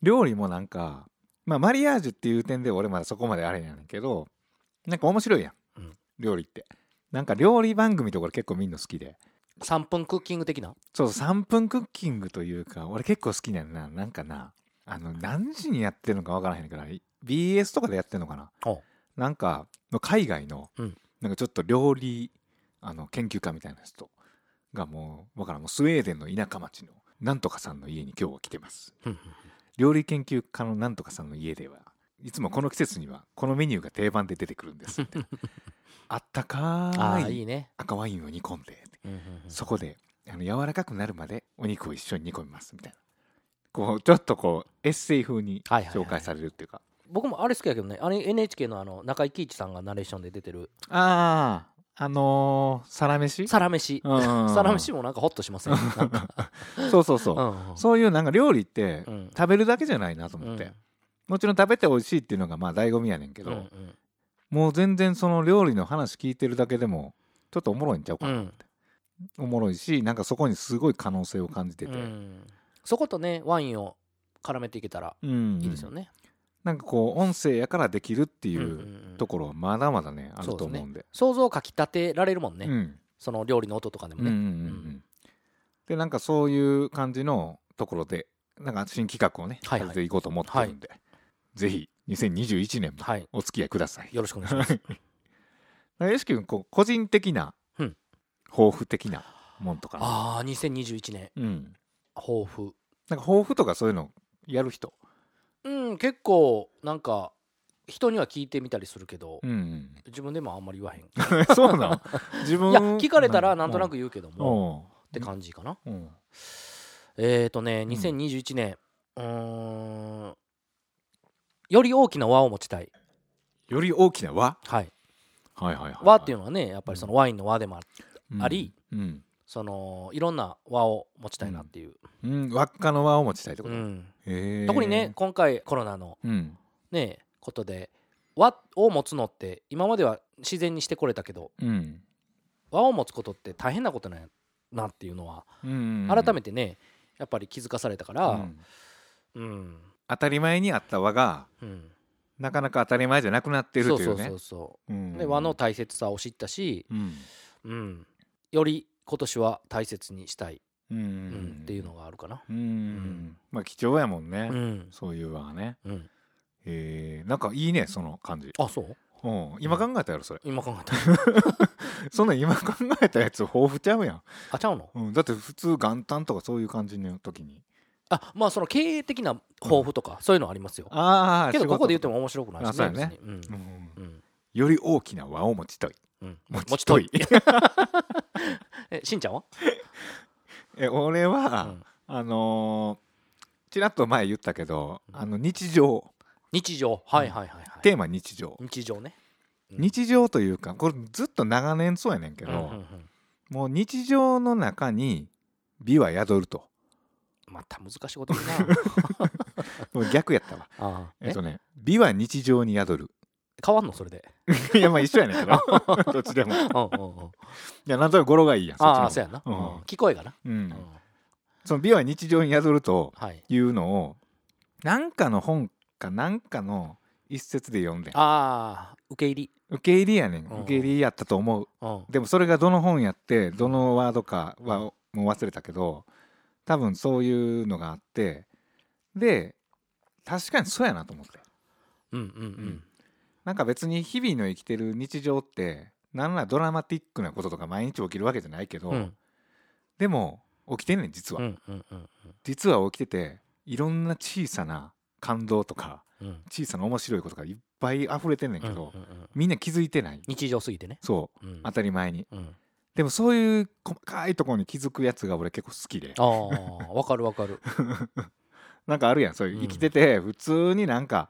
Speaker 2: 料理もなんかまあマリアージュっていう点では俺まだそこまであれやねんけどなんか面白いやん、
Speaker 3: うん
Speaker 2: 料理ってなんか料理番組とか俺結構見んの好きで
Speaker 3: 3分クッキング的な
Speaker 2: そうそう3分クッキングというか俺結構好きなんやななんかなあの何時にやってるのかわからへんけど BS とかでやってるのかな
Speaker 3: ほ
Speaker 2: なんか海外の、
Speaker 3: うん
Speaker 2: なんかちょっと料理あの研究家みたいな人がもうわからんもうスウェーデンの田舎町のなんとかさんの家に今日は来てます
Speaker 3: ううん
Speaker 2: 料理研究家のなんとかさんの家ではいつもこの季節にはこのメニューが定番で出てくるんですみ たいなあったか
Speaker 3: ああ
Speaker 2: ー
Speaker 3: い
Speaker 2: い
Speaker 3: いね、
Speaker 2: 赤ワインを煮込んで
Speaker 3: うんうんうん
Speaker 2: そこであの柔らかくなるまでお肉を一緒に煮込みますみたいなこうちょっとこうエッセイ風に
Speaker 3: はいはいはい
Speaker 2: 紹介されるっていうか、
Speaker 3: 僕もあれ好きやけどねあれ NHK のあの中井貴一さんがナレーションで出てる
Speaker 2: あああのー、サラメシ
Speaker 3: 「サラメシ」「サ
Speaker 2: サ
Speaker 3: ラメシ」もなんかホッとしませんなんか
Speaker 2: そうそうそう、
Speaker 3: うんうん
Speaker 2: そういうなんか料理って
Speaker 3: うん
Speaker 2: 食べるだけじゃないなと思って、もちろん食べて美味しいっていうのがまあ醍醐味やねんけ
Speaker 3: う
Speaker 2: ど、
Speaker 3: んうん
Speaker 2: もう全然その料理の話聞いてるだけでもちょっとおもろいんちゃうか
Speaker 3: う
Speaker 2: な、
Speaker 3: ん
Speaker 2: おもろいしなんかそこにすごい可能性を感じてて、
Speaker 3: うんそことねワインを絡めていけたら
Speaker 2: うん
Speaker 3: いいですよね、
Speaker 2: なんかこう音声やからできるってい
Speaker 3: うんう
Speaker 2: うん
Speaker 3: うん
Speaker 2: ところはまだまだねあると
Speaker 3: そう
Speaker 2: 思
Speaker 3: です
Speaker 2: うんで
Speaker 3: 想像をかきたてられるもんね、
Speaker 2: うん
Speaker 3: その料理の音とかでも
Speaker 2: うんうんう
Speaker 3: ね、
Speaker 2: んうんでなんかそういう感じのところでなんか新企画をね
Speaker 3: はいはい
Speaker 2: 立てていこうと思ってるんで、ぜひ2021年も
Speaker 3: はい
Speaker 2: お付き合いください。
Speaker 3: よろしくお願いします
Speaker 2: よしき君こう個人的な
Speaker 3: うん
Speaker 2: 抱負的なもんとか、
Speaker 3: ああ2021年
Speaker 2: うん、
Speaker 3: 抱負
Speaker 2: なんか抱負とかそういうのやる人、
Speaker 3: うん結構なんか人には聞いてみたりするけど、
Speaker 2: うん
Speaker 3: 自分でもあんまり言わへん
Speaker 2: うん、そうなん自分
Speaker 3: いや聞かれたらなんとなく
Speaker 2: っ
Speaker 3: 言うけども
Speaker 2: お
Speaker 3: って感じかな
Speaker 2: ううん
Speaker 3: えっとね2021年うーんより大きな輪を持ちたい
Speaker 2: より大きな輪、
Speaker 3: はい
Speaker 2: はいはいはい
Speaker 3: 輪っていううのはねやっぱりそのワインの輪でもあるあり、
Speaker 2: うんうん
Speaker 3: そのいろんな輪を持ちたいなっていう、
Speaker 2: うん、輪っかの輪を持ちたいってこ
Speaker 3: う
Speaker 2: と、
Speaker 3: ん、
Speaker 2: へー
Speaker 3: 特にね、今回コロナの
Speaker 2: うん
Speaker 3: ねことで輪を持つのって今までは自然にしてこれたけど
Speaker 2: うん
Speaker 3: 輪を持つことって大変なことなんやなっていうのは
Speaker 2: うん、
Speaker 3: 改め
Speaker 2: て、
Speaker 3: てねやっぱり気づかされたか
Speaker 2: う
Speaker 3: ら
Speaker 2: ん
Speaker 3: うん、
Speaker 2: 当たり前にあった輪が
Speaker 3: うん、
Speaker 2: なかなか当たり前じゃなくなってると
Speaker 3: そう
Speaker 2: い
Speaker 3: そうう
Speaker 2: ね
Speaker 3: そうそう
Speaker 2: うん
Speaker 3: で和の大切さを知ったし、
Speaker 2: うん
Speaker 3: うん、より今年は大切にしたい、
Speaker 2: うん
Speaker 3: うんっていう
Speaker 2: の
Speaker 3: のがあるかな。
Speaker 2: うん、
Speaker 3: ん
Speaker 2: まあ貴重やもんね、
Speaker 3: うん
Speaker 2: そういう輪はね
Speaker 3: うん、
Speaker 2: えー、なんかいいねその感じ
Speaker 3: あそう
Speaker 2: うん今考えたやろそれ
Speaker 3: 今考え た
Speaker 2: そんなん今考えたやつ抱負ちゃうやん、
Speaker 3: あちゃうの
Speaker 2: うん、だって普通元旦とかそういう感じの時に
Speaker 3: あまあその経営的な抱負とか、そういうのありますよ。
Speaker 2: ああ
Speaker 3: けどここで言っても面白くない
Speaker 2: あ
Speaker 3: し
Speaker 2: そう
Speaker 3: ね。
Speaker 2: やね
Speaker 3: 別に
Speaker 2: う
Speaker 3: うん
Speaker 2: ん
Speaker 3: うん
Speaker 2: より大きな輪を持ちたい
Speaker 3: うん、
Speaker 2: 持
Speaker 3: 持
Speaker 2: ち
Speaker 3: ち
Speaker 2: と
Speaker 3: と
Speaker 2: い
Speaker 3: いえしんちゃんは、
Speaker 2: え俺は、
Speaker 3: うん
Speaker 2: あのーちらっと前言ったけど、
Speaker 3: うん
Speaker 2: あの日常
Speaker 3: 日常はいはいはいはい、
Speaker 2: テーマ日常
Speaker 3: 日常ねうん
Speaker 2: 日常というかこれずっと長年そうやねんけ
Speaker 3: う
Speaker 2: ど、
Speaker 3: んうんうん
Speaker 2: もう日常の中に美は宿ると
Speaker 3: また難しいこと言う な
Speaker 2: もう逆やったわ
Speaker 3: ああ
Speaker 2: えっ
Speaker 3: え
Speaker 2: とね美は日常に宿る
Speaker 3: 変わんのそれで
Speaker 2: いやまあ一緒やねん けどどっちでもい
Speaker 3: うん うんうん
Speaker 2: やなんとなく語呂がいいやんそっち
Speaker 3: あ
Speaker 2: の
Speaker 3: あそうやな、
Speaker 2: うん
Speaker 3: うん聞こえがな、
Speaker 2: う
Speaker 3: うんん
Speaker 2: その美は日常に宿ると
Speaker 3: はい
Speaker 2: いうのをなんかの本かなんかの一節で読んでん
Speaker 3: ああ受け入り、
Speaker 2: 受け入りやねん
Speaker 3: うん
Speaker 2: 受け入りやったと思う
Speaker 3: うん、
Speaker 2: でもそれがどの本やってどのワードかはもう忘れたけど多分そういうのがあってで確かにそうやなと思って
Speaker 3: うんうんうん
Speaker 2: なんか別に日々の生きてる日常ってなんならドラマティックなこととか毎日起きるわけじゃないけど、
Speaker 3: うん
Speaker 2: でも起きてんねん実は、
Speaker 3: うんうんうん
Speaker 2: 実は起きてていろんな小さな感動とか
Speaker 3: うん
Speaker 2: 小さな面白いことがいっぱい溢れてんねんけど、
Speaker 3: うんうんうん
Speaker 2: みんな気づいてない
Speaker 3: 日常すぎてね、
Speaker 2: そう
Speaker 3: うん
Speaker 2: 当たり前に
Speaker 3: うん、
Speaker 2: でもそういう細かいところに気づくやつが俺結構好きで
Speaker 3: ああわかるわかる
Speaker 2: なんかあるやんそういう
Speaker 3: うん
Speaker 2: 生きてて普通になんか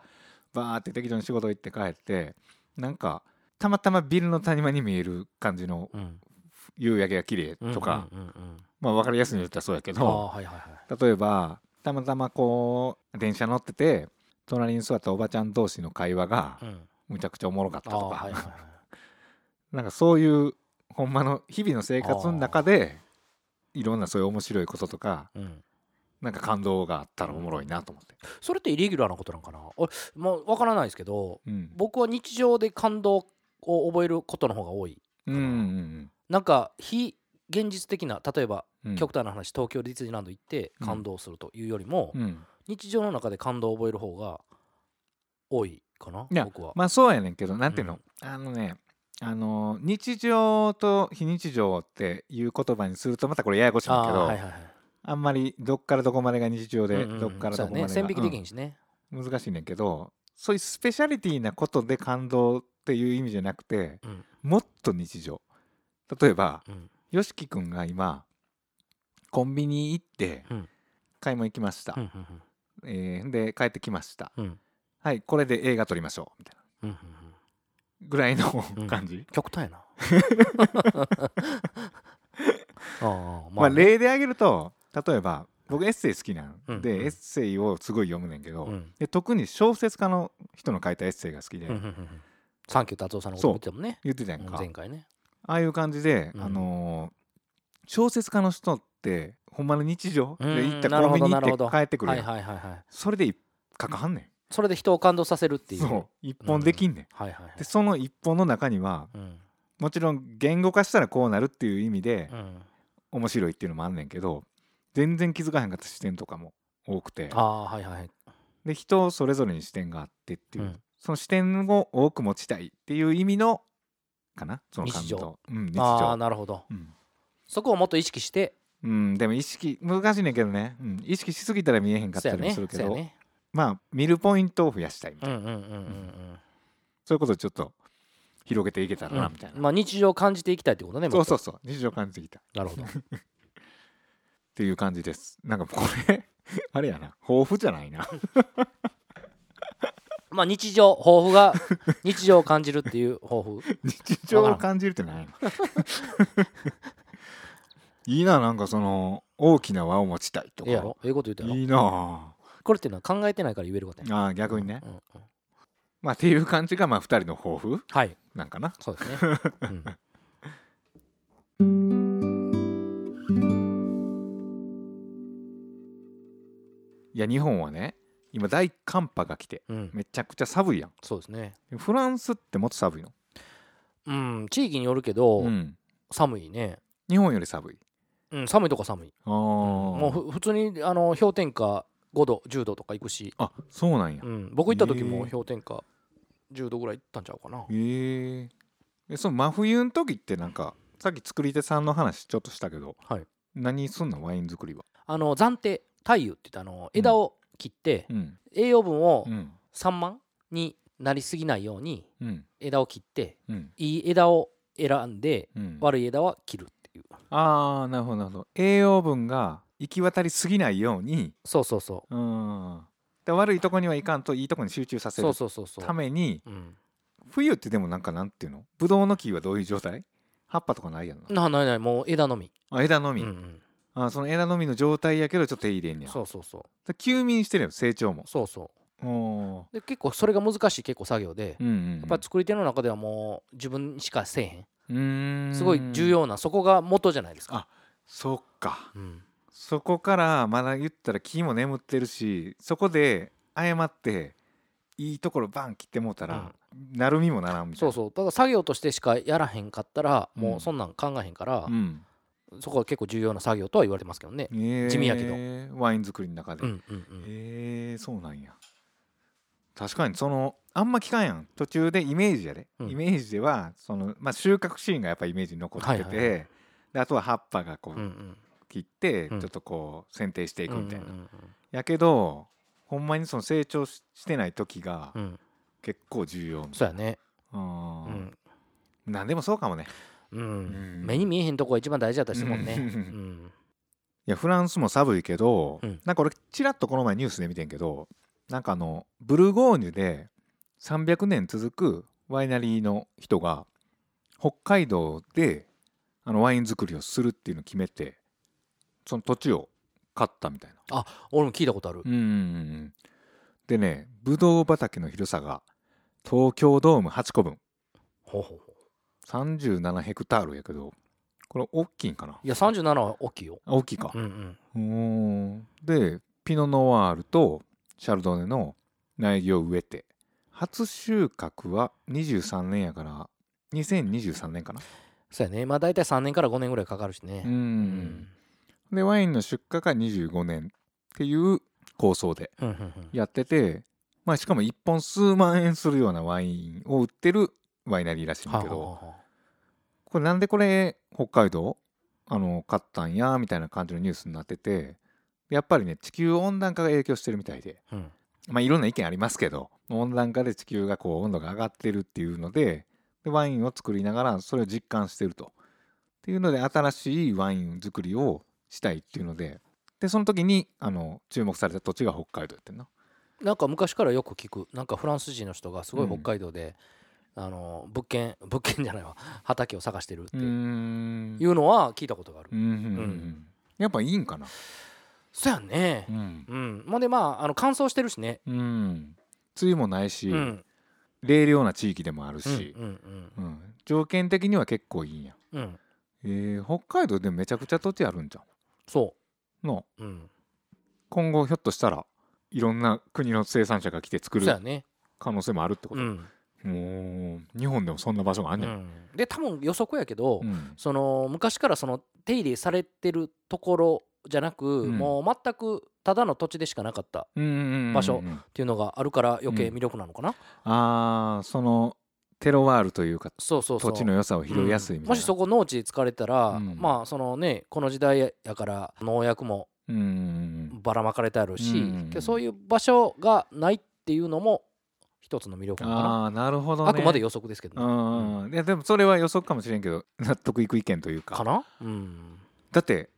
Speaker 2: バーって適当に仕事行って帰ってなんかたまたまビルの谷間に見える感じの
Speaker 3: うん
Speaker 2: 夕焼けが綺麗とか、
Speaker 3: うんうんうんうん
Speaker 2: まあ分かりやすいの言ったらそうやけ
Speaker 3: ああ
Speaker 2: ど
Speaker 3: はいはいはい
Speaker 2: 例えばたまたまこう電車乗ってて隣に座ったおばちゃん同士の会話が
Speaker 3: うん
Speaker 2: むちゃくちゃおもろかったとか、
Speaker 3: あーはいはいはい
Speaker 2: なんかそういうほんまの日々の生活の中でいろんなそういう面白いこととか
Speaker 3: うん、
Speaker 2: なんか感動があったらおもろいなと思って。
Speaker 3: それってイレギュラーなことなんかなおもうわからないですけど
Speaker 2: うん。
Speaker 3: 僕は日常で感動を覚えることの方が多い
Speaker 2: うんうん
Speaker 3: なんか非現実的な例えば
Speaker 2: うん。
Speaker 3: 極端な話東京ディズニーランド行って
Speaker 2: うん
Speaker 3: 感動するというよりも、
Speaker 2: うん。
Speaker 3: 日常の中で感動を覚える方が多いかない
Speaker 2: や
Speaker 3: 僕は、
Speaker 2: まあそうやねんけど、なんていうの、あのね、あの日常と非日常っていう言葉にするとまたこれややこしいんだけど、
Speaker 3: ーはいはいはい
Speaker 2: あんまりどっからどこまでが日常で、
Speaker 3: うんうん
Speaker 2: どっからどこまでが、
Speaker 3: そうやね、線引きできへんしね、
Speaker 2: うん難しいねんけど、そういうスペシャリティなことで感動っていう意味じゃなくて、
Speaker 3: うん
Speaker 2: もっと日常。例えば、
Speaker 3: うん
Speaker 2: よしきくんが今コンビニ行って
Speaker 3: うん
Speaker 2: 買い物行きました、
Speaker 3: うんうん
Speaker 2: えーで帰ってきました
Speaker 3: うんうん
Speaker 2: はいこれで映画撮りましょうみたいな
Speaker 3: うんうん
Speaker 2: ぐらいの
Speaker 3: うん
Speaker 2: 感じ、
Speaker 3: 極端や なあー
Speaker 2: まあ、
Speaker 3: ね
Speaker 2: 例で挙げると例えば僕エッセイ好きなんで、
Speaker 3: うんうん
Speaker 2: エッセイをすごい読むねんけど、
Speaker 3: うん
Speaker 2: で特に小説家の人の書いたエッセイが好きで、
Speaker 3: うんうんうんうんサンキュー達夫さんのこと
Speaker 2: そう
Speaker 3: 見てたもんね
Speaker 2: 言ってたやん
Speaker 3: うん
Speaker 2: か、
Speaker 3: 前回ね
Speaker 2: ああいう感じで、
Speaker 3: うん
Speaker 2: あのー小説家の人ってほんまの日常で
Speaker 3: うん
Speaker 2: 行った
Speaker 3: な
Speaker 2: コン
Speaker 3: るほ
Speaker 2: ビ
Speaker 3: ど
Speaker 2: ニ
Speaker 3: なる
Speaker 2: 行
Speaker 3: ほ
Speaker 2: って
Speaker 3: ど
Speaker 2: 帰ってくる
Speaker 3: は
Speaker 2: やん、
Speaker 3: いはいはいはい
Speaker 2: それで一書かはんね
Speaker 3: それで人を感動させるって
Speaker 2: ん
Speaker 3: いう
Speaker 2: そう一本できんねん、
Speaker 3: はいはいはい
Speaker 2: でその一本の中には
Speaker 3: うん
Speaker 2: もちろん言語化したらこうなるっていう意味で
Speaker 3: うん
Speaker 2: 面白いっていうのもあんねんけど全然気づかへんかった視点とかも多くて
Speaker 3: ああはいはいはい
Speaker 2: で人それぞれに視点があってっていう、
Speaker 3: うん
Speaker 2: その視点を多く持ちたいっていう意味のかなその感
Speaker 3: 日
Speaker 2: 動
Speaker 3: 常
Speaker 2: うん日
Speaker 3: ああ
Speaker 2: 常
Speaker 3: なるほど
Speaker 2: うん、
Speaker 3: そこをもっと意識して
Speaker 2: うんでも意識難しいねんけどね、うん、意識しすぎたら見えへんかっ
Speaker 3: そ
Speaker 2: た
Speaker 3: うや
Speaker 2: りも
Speaker 3: ね
Speaker 2: するけ
Speaker 3: そう
Speaker 2: ど、
Speaker 3: やね
Speaker 2: まあ見るポイントを増やしたいみた
Speaker 3: う
Speaker 2: い
Speaker 3: ん
Speaker 2: な、
Speaker 3: うんうんうんうん
Speaker 2: そういうことをちょっと広げていけたらなみたいな、
Speaker 3: まあ日常を感じていきたいってことね
Speaker 2: そうそううそう日常感じてきたっ
Speaker 3: なるほど
Speaker 2: ていう感じですなんかこれ あれやな抱負じゃないな
Speaker 3: まあ日常抱負 が日常を感じるっていう抱負
Speaker 2: 日常を感じるってないの いいななんかその大きな輪を持ちたいと
Speaker 3: ええや
Speaker 2: か
Speaker 3: ろええこと言ったやろ
Speaker 2: いいな
Speaker 3: これっていうのは考えてないから言えることやね
Speaker 2: ああ逆にね、
Speaker 3: うんうん
Speaker 2: まあっていう感じがまあ2人の抱負
Speaker 3: はい
Speaker 2: なんかな
Speaker 3: そうです ねうん
Speaker 2: いや日本はね今大寒波が来て
Speaker 3: うん
Speaker 2: めちゃくちゃ寒いや
Speaker 3: そうですね
Speaker 2: んフランスってもっと寒いの、
Speaker 3: うん地域によるけど
Speaker 2: うん、
Speaker 3: 寒いね
Speaker 2: 日本より寒い
Speaker 3: うん寒いとこ寒い
Speaker 2: ああ
Speaker 3: もうふ普通にあの氷点下5度10度とか行くし
Speaker 2: あそうなんや、
Speaker 3: うん僕行った時
Speaker 2: へ
Speaker 3: も
Speaker 2: え
Speaker 3: 氷点下10度ぐらい行ったんちゃうかな
Speaker 2: へええその真冬の時ってなんかさっき作り手さんの話ちょっとしたけど、
Speaker 3: はい
Speaker 2: 何すんのワイン作りは
Speaker 3: あの暫定太油って言ってあの枝を切って
Speaker 2: うん
Speaker 3: 栄養分を
Speaker 2: うん
Speaker 3: 散漫になりすぎないように
Speaker 2: うん
Speaker 3: 枝を切って
Speaker 2: うん
Speaker 3: いい枝を選んで
Speaker 2: うん
Speaker 3: 悪い枝は切るっていう
Speaker 2: ああなるほどなるほど栄養分が行き渡りすぎないように
Speaker 3: そうそうそう
Speaker 2: うんで悪いとこにはいかんといいとこに集中させ
Speaker 3: そ
Speaker 2: る
Speaker 3: うそうそうそう
Speaker 2: ために
Speaker 3: うん、
Speaker 2: 冬ってでもなんかなんていうのブドウの木はどういう状態葉っぱとかないやんな
Speaker 3: なないないもう枝のみ、
Speaker 2: あ枝の
Speaker 3: う
Speaker 2: み、
Speaker 3: んうん、
Speaker 2: あその枝のみの状態やけどちょっと手入れんねや
Speaker 3: そうそうそ
Speaker 2: で休眠してるよ成長も
Speaker 3: うそうそ
Speaker 2: おー
Speaker 3: うで結構それが難しい結構作業で、
Speaker 2: うんうん
Speaker 3: やっぱ作り手の中ではもう自分しかせえ
Speaker 2: うーん
Speaker 3: へんすごい重要なそこが元じゃないですか、
Speaker 2: そっか
Speaker 3: うん、
Speaker 2: そこからまだ言ったら木も眠ってるしそこで誤っていいところバン切ってもうたら、なるみもならんみたい
Speaker 3: そ
Speaker 2: な
Speaker 3: うそうだから作業としてしかやらへんかったら
Speaker 2: う
Speaker 3: も
Speaker 2: ん
Speaker 3: うそんなん考えへんから、
Speaker 2: うん
Speaker 3: そこは結構重要な作業とは言われてますけどね、
Speaker 2: えー
Speaker 3: 地味やけ
Speaker 2: ワイン作りの中で、
Speaker 3: うんうんうん、
Speaker 2: えー、そうなんや確かにそのあんま聞かんやん途中でイメージやで、
Speaker 3: うん
Speaker 2: イメージではその、まあ、収穫シーンがやっぱイメージに残ってて、
Speaker 3: はいはいは
Speaker 2: であとは葉っぱがこう、
Speaker 3: うんうん
Speaker 2: 切って、
Speaker 3: うん
Speaker 2: ちょっとこう剪定していくみたいな、
Speaker 3: うんうん
Speaker 2: やけどほんまにその成長ししてない時が
Speaker 3: うんうん
Speaker 2: 結構重要
Speaker 3: そうやね、
Speaker 2: うん
Speaker 3: うん
Speaker 2: 何でもそうかもね
Speaker 3: うん
Speaker 2: ん
Speaker 3: 目に見えへんとこが一番大事だったりするもんね、
Speaker 2: う
Speaker 3: うんん
Speaker 2: いやフランスも寒いけど、
Speaker 3: うん
Speaker 2: なんか俺ちらっとこの前ニュースで見てんけどなんかあのブルゴーニュで300年続くワイナリーの人が北海道であのワイン作りをするっていうのを決めてその土地を買ったみたいな。
Speaker 3: 俺も聞いたことある、
Speaker 2: うんうんうんでねブドウ畑の広さが東京ドーム8個分
Speaker 3: ほうほうほう
Speaker 2: 37ヘクタールやけどこれ大きいんかない
Speaker 3: や37は大きいよ、
Speaker 2: あ大きいか
Speaker 3: うんうん、
Speaker 2: うーんでピノ・ノワールとシャルドネの苗木を植えて初収穫は23年やから2023年かな
Speaker 3: そうやねまあ大体3年から5年ぐらいかかるしね、
Speaker 2: う
Speaker 3: うんん
Speaker 2: でワインの出荷が25年っていう構想で
Speaker 3: うんうんうん
Speaker 2: やってて、まあ、しかも1本数万円するようなワインを売ってるワイナリーらしいんだけ
Speaker 3: はあ
Speaker 2: ど
Speaker 3: はあはあ
Speaker 2: これなんでこれ北海道あの買ったんやみたいな感じのニュースになっててやっぱりね地球温暖化が影響してるみたいで
Speaker 3: うん
Speaker 2: まあ、いろんな意見ありますけど温暖化で地球がこう温度が上がってるっていうのででワインを作りながらそれを実感してるとっていうので新しいワイン作りをしたいっていうのででその時にあの注目された土地が北海道やってんな
Speaker 3: なんか昔からよく聞くなんかフランス人の人がすごい北海道で、あの物件物件じゃないわ畑を探してるって
Speaker 2: う
Speaker 3: い
Speaker 2: ん
Speaker 3: うのは聞いたことがある、
Speaker 2: うんうんうんやっぱいいんかな
Speaker 3: そうやんね
Speaker 2: うん、
Speaker 3: うんまあでまああの乾燥してるしね
Speaker 2: うん、梅雨もないし、
Speaker 3: うん
Speaker 2: 冷涼な地域でもある
Speaker 3: うん
Speaker 2: し、
Speaker 3: うん
Speaker 2: うん条件的には結構いいんや、
Speaker 3: うんうん
Speaker 2: えー北海道でもめちゃくちゃ土地あるんじゃ
Speaker 3: そ
Speaker 2: んの
Speaker 3: ううん
Speaker 2: 今後ひょっとしたらいろんな国の生産者が来て作
Speaker 3: そうや
Speaker 2: る
Speaker 3: ね
Speaker 2: 可能性もあるってこ
Speaker 3: う
Speaker 2: と、
Speaker 3: ん
Speaker 2: もう日本でもそんな場所があん
Speaker 3: う
Speaker 2: ねん、
Speaker 3: んで多分予測やけど、
Speaker 2: うん
Speaker 3: その昔からその手入れされてるところじゃなく、
Speaker 2: うん
Speaker 3: もう全くただの土地でしかなかったっ
Speaker 2: うんうんうんうん
Speaker 3: 場所ていうのがあるから余計魅力なのかな、
Speaker 2: ああそのテロワールというか
Speaker 3: そうそうそう
Speaker 2: 土地の良さを拾いやすいみたいな、
Speaker 3: もしそこ農地で使われたら、
Speaker 2: うん
Speaker 3: まあそのねこの時代やから農薬も
Speaker 2: うんうんうん
Speaker 3: ばらまかれてあるし、
Speaker 2: うん
Speaker 3: けどそういう場所がないっていうのも一つの魅力なのかな
Speaker 2: ああなるほど、ね、
Speaker 3: あくまで予測ですけど
Speaker 2: う
Speaker 3: ね、
Speaker 2: んうんいやでもそれは予測かもしれんけど納得いく意見というか
Speaker 3: かなうん、
Speaker 2: だって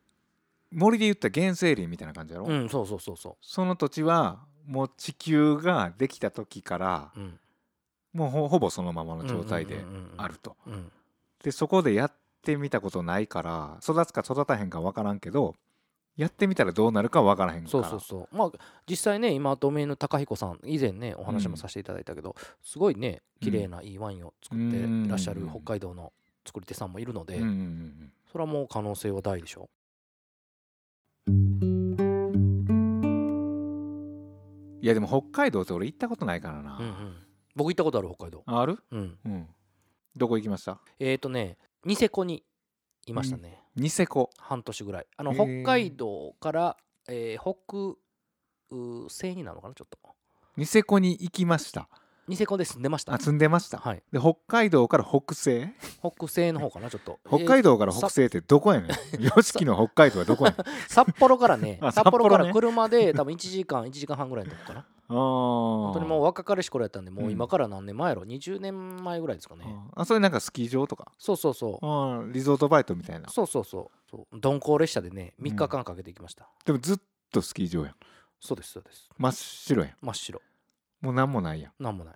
Speaker 2: 森で言ったら原生林みたいな感じやろ、
Speaker 3: うん、そうそうそうそ
Speaker 2: その土地はもう地球ができた時から
Speaker 3: う、うん、
Speaker 2: もうほほぼそのままの状態であると、
Speaker 3: うん、うん
Speaker 2: でそこでやってみたことないから育つか育たへんか分からんけどやってみたらどうなるか分からへんから
Speaker 3: そうそうそうまあ実際ね今ドメインの高彦さん以前ねお話もさせていただいたけど、すごいね綺麗ないいワインを作っていらっしゃる
Speaker 2: うん
Speaker 3: 北海道の作り手さんもいるので、
Speaker 2: うんうんうん
Speaker 3: それはもう可能性は大でしょ
Speaker 2: うんいやでも北海道って俺行ったことないからな、
Speaker 3: うんうん、僕行ったことある北海道、
Speaker 2: ある、
Speaker 3: うん、
Speaker 2: うん、どこ行きました
Speaker 3: えっ、ー、とねニセコにいましたね、
Speaker 2: ニセコ
Speaker 3: 半年ぐらいあの
Speaker 2: へー
Speaker 3: 北海道から、えー北う西になるのかなちょっと
Speaker 2: ニセコに行きました
Speaker 3: ニセコで住んでました
Speaker 2: あ積んでました、
Speaker 3: はい
Speaker 2: で北海道から北西
Speaker 3: 北西の方かなちょっと
Speaker 2: 北海
Speaker 3: 道、
Speaker 2: 道から北西ってどこやねん YOSHIKI の北海道はどこや ねん
Speaker 3: えー札幌からね
Speaker 2: あ
Speaker 3: 札幌か
Speaker 2: 札幌ね
Speaker 3: ら車で多分1時間1時間半ぐらいのと こかな
Speaker 2: 本
Speaker 3: 本当にもう若かりし頃やったんで
Speaker 2: う
Speaker 3: も
Speaker 2: ん
Speaker 3: う今から何年前やろ20年前ぐらいですかね、
Speaker 2: あそれなんかスキー場とか
Speaker 3: そうそうそう
Speaker 2: あーリゾートバイトみたいな
Speaker 3: そうそうそうそう鈍行列車でね3日間かけて行きました、
Speaker 2: でもずっとスキー場やん
Speaker 3: そうですそうです
Speaker 2: 真っ白やん
Speaker 3: 真っ白
Speaker 2: もう何もないやん
Speaker 3: なんもない、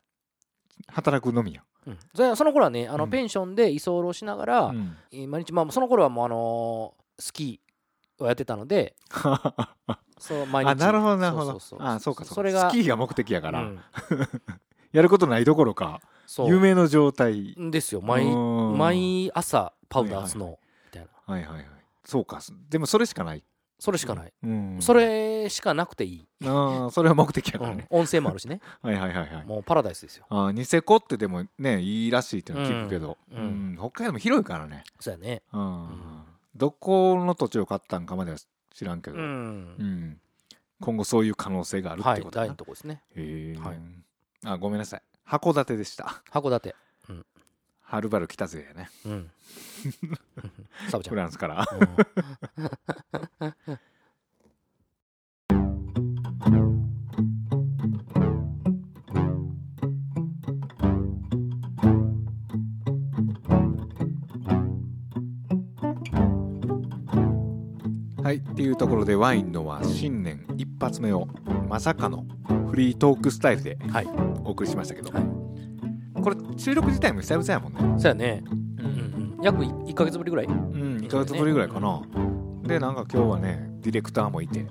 Speaker 2: 働くのみやん
Speaker 3: うん、そその頃はねあの、
Speaker 2: うん
Speaker 3: ペンションで居候しながら、
Speaker 2: うん
Speaker 3: えー毎日まあその頃はもうあのースキーをやってたのでそう毎日
Speaker 2: あなるほどなるほど
Speaker 3: そうそうそう
Speaker 2: あそうかそうか
Speaker 3: それが
Speaker 2: スキーが目的やから、
Speaker 3: うん
Speaker 2: やることないどころか
Speaker 3: そう
Speaker 2: 夢の状態
Speaker 3: ですよ毎
Speaker 2: うん
Speaker 3: 毎朝パウダ
Speaker 2: はいは
Speaker 3: ー
Speaker 2: い
Speaker 3: スノーみたいな、
Speaker 2: はいはいはいそうかでもそれしかない、
Speaker 3: それしかない、
Speaker 2: うん、
Speaker 3: それしかなくていい、
Speaker 2: あーそれは目的や
Speaker 3: う
Speaker 2: から
Speaker 3: ん
Speaker 2: ね、、
Speaker 3: 音声もあるしね
Speaker 2: はいはい はいはい
Speaker 3: もうパラダイスですよ
Speaker 2: あーニセコってでもねいいらしいっていうの聞くけど、
Speaker 3: うん
Speaker 2: うん北海道も広いからね、
Speaker 3: そうやね
Speaker 2: うん
Speaker 3: ん
Speaker 2: どこの土地を買ったんかまでは知らんけど、
Speaker 3: う
Speaker 2: うん
Speaker 3: ん、
Speaker 2: 今後そういう可能性があるっ
Speaker 3: は
Speaker 2: て
Speaker 3: い
Speaker 2: ことだ
Speaker 3: 第
Speaker 2: な、
Speaker 3: 二とこですね
Speaker 2: へえ、
Speaker 3: はい
Speaker 2: あごめんなさい函館でした
Speaker 3: 函館
Speaker 2: はるばる来たぜやね
Speaker 3: うん サブちゃ
Speaker 2: フ
Speaker 3: ん
Speaker 2: ランスからはいっていうところでワインのは新年一発目をまさかのフリートークスタイルで
Speaker 3: うんはい
Speaker 2: お送りしましたけど、
Speaker 3: はい
Speaker 2: これ収録自体も久々やもんね、
Speaker 3: そうやね、
Speaker 2: う
Speaker 3: うんうん、約1か月ぶりぐらいは
Speaker 2: うん、2ヶ月ぶりぐらいかな。で、なんか今日はね、ディレクターもいて、
Speaker 3: い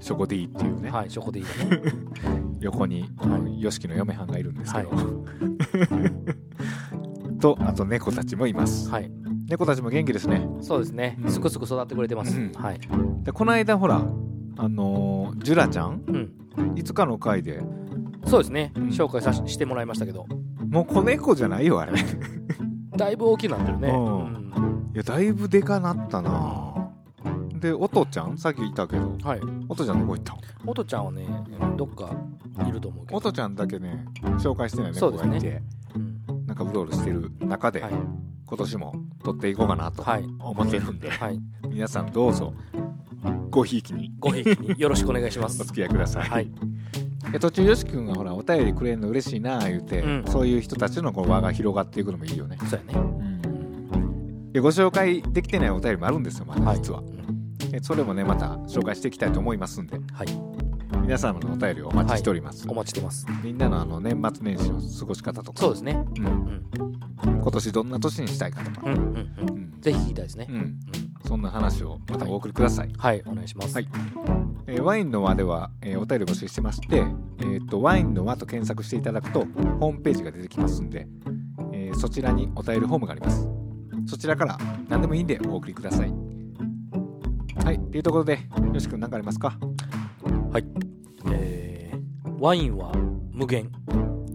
Speaker 2: ショコディっていうね、
Speaker 3: はいそこでいいね
Speaker 2: 横に、
Speaker 3: はい
Speaker 2: ヨシキの嫁はんがいるんですけど、
Speaker 3: は
Speaker 2: と、あと猫たちもいます。
Speaker 3: はい
Speaker 2: 猫たちも元気ですね。
Speaker 3: そうですね
Speaker 2: うん
Speaker 3: すくすく育ってくれてます、
Speaker 2: うん
Speaker 3: はい、
Speaker 2: で、この間、ほら、あのージュラちゃん、
Speaker 3: うん、
Speaker 2: いつかの回で、
Speaker 3: そうですね、
Speaker 2: うん
Speaker 3: 紹介さししてもらいましたけど
Speaker 2: もう子猫じゃないよ、あれ。い
Speaker 3: だいぶ大きくなってるね、
Speaker 2: うん
Speaker 3: うん
Speaker 2: や、だいぶでかなったなで、おとちゃん、さっきいたけど、
Speaker 3: はい
Speaker 2: おとちゃんどこ行った
Speaker 3: 音ちゃんはねどっかいると思うけど
Speaker 2: おとちゃんだけね、紹介してない
Speaker 3: そ
Speaker 2: 猫
Speaker 3: うで
Speaker 2: が
Speaker 3: すね
Speaker 2: いて、
Speaker 3: うん
Speaker 2: なんかうろうろしてる中で、
Speaker 3: はい
Speaker 2: 今年も取っていこうかなと
Speaker 3: はい
Speaker 2: 思ってるんで、
Speaker 3: はい
Speaker 2: 皆さんどうぞごひいきに
Speaker 3: ごひいきによろしくお願いしま
Speaker 2: お
Speaker 3: す
Speaker 2: 付き合いください、
Speaker 3: はい
Speaker 2: で途中よし君がほらお便りくれるの嬉しいなあ言うて、
Speaker 3: うん
Speaker 2: そういう人たちのこう輪が広がっていくのもいいよね、
Speaker 3: そうやね
Speaker 2: でご紹介できてないお便りもあるんですよまだ
Speaker 3: はい
Speaker 2: 実は、
Speaker 3: うん
Speaker 2: でそれもねまた紹介していきたいと思いますんで
Speaker 3: はい
Speaker 2: 皆様のお便りをお待ちしております、
Speaker 3: お待ちしてます
Speaker 2: みんなのあの年末年始の過ごし方とか
Speaker 3: そうですね
Speaker 2: うん
Speaker 3: うん
Speaker 2: 今年どんな年にしたいかとか、
Speaker 3: うんうんうん
Speaker 2: うん
Speaker 3: ぜひ聞きたいですね、
Speaker 2: うん、
Speaker 3: うん
Speaker 2: そんな話をまたお送りください
Speaker 3: はいお願いします、
Speaker 2: はいえーワインの輪では、えーお便り募集してまして、えー、とワインの輪と検索していただくとホームページが出てきますんで、えーそちらにお便りフォームがありますそちらから何でもいいんでお送りくださいはいというところでよし君何かありますか
Speaker 3: えーワインは無限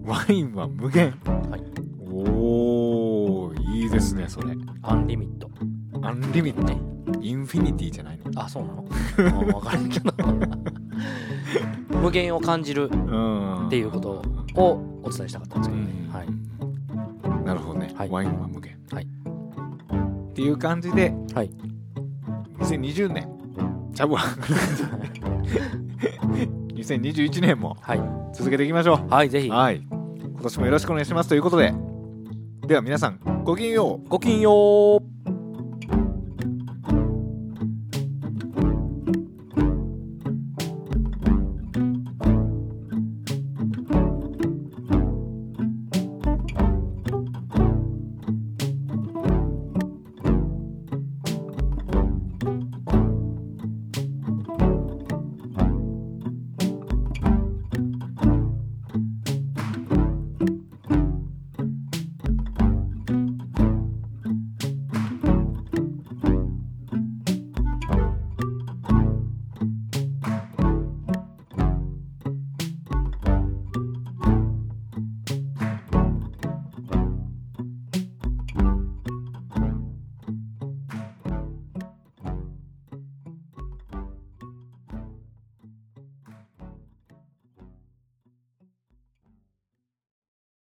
Speaker 2: ワインは無限
Speaker 3: はい
Speaker 2: おおいいですねそれ
Speaker 3: アンリミット
Speaker 2: アンリミットインフィニティじゃないの
Speaker 3: あそうなのあ分からんけど 無限を感じる
Speaker 2: うん
Speaker 3: っていうことをお伝えしたかったんですけどね、はい、
Speaker 2: い、なるほどね、
Speaker 3: はい
Speaker 2: ワインは無限、
Speaker 3: はい
Speaker 2: っていう感じで、
Speaker 3: はい
Speaker 2: 2020年ちゃうわ2021年も
Speaker 3: はい
Speaker 2: 続けていきましょ
Speaker 3: はいぜ
Speaker 2: う
Speaker 3: ひ
Speaker 2: はい今年もよろしくお願いしますということででは皆さんごきげんよう
Speaker 3: ごきげんよう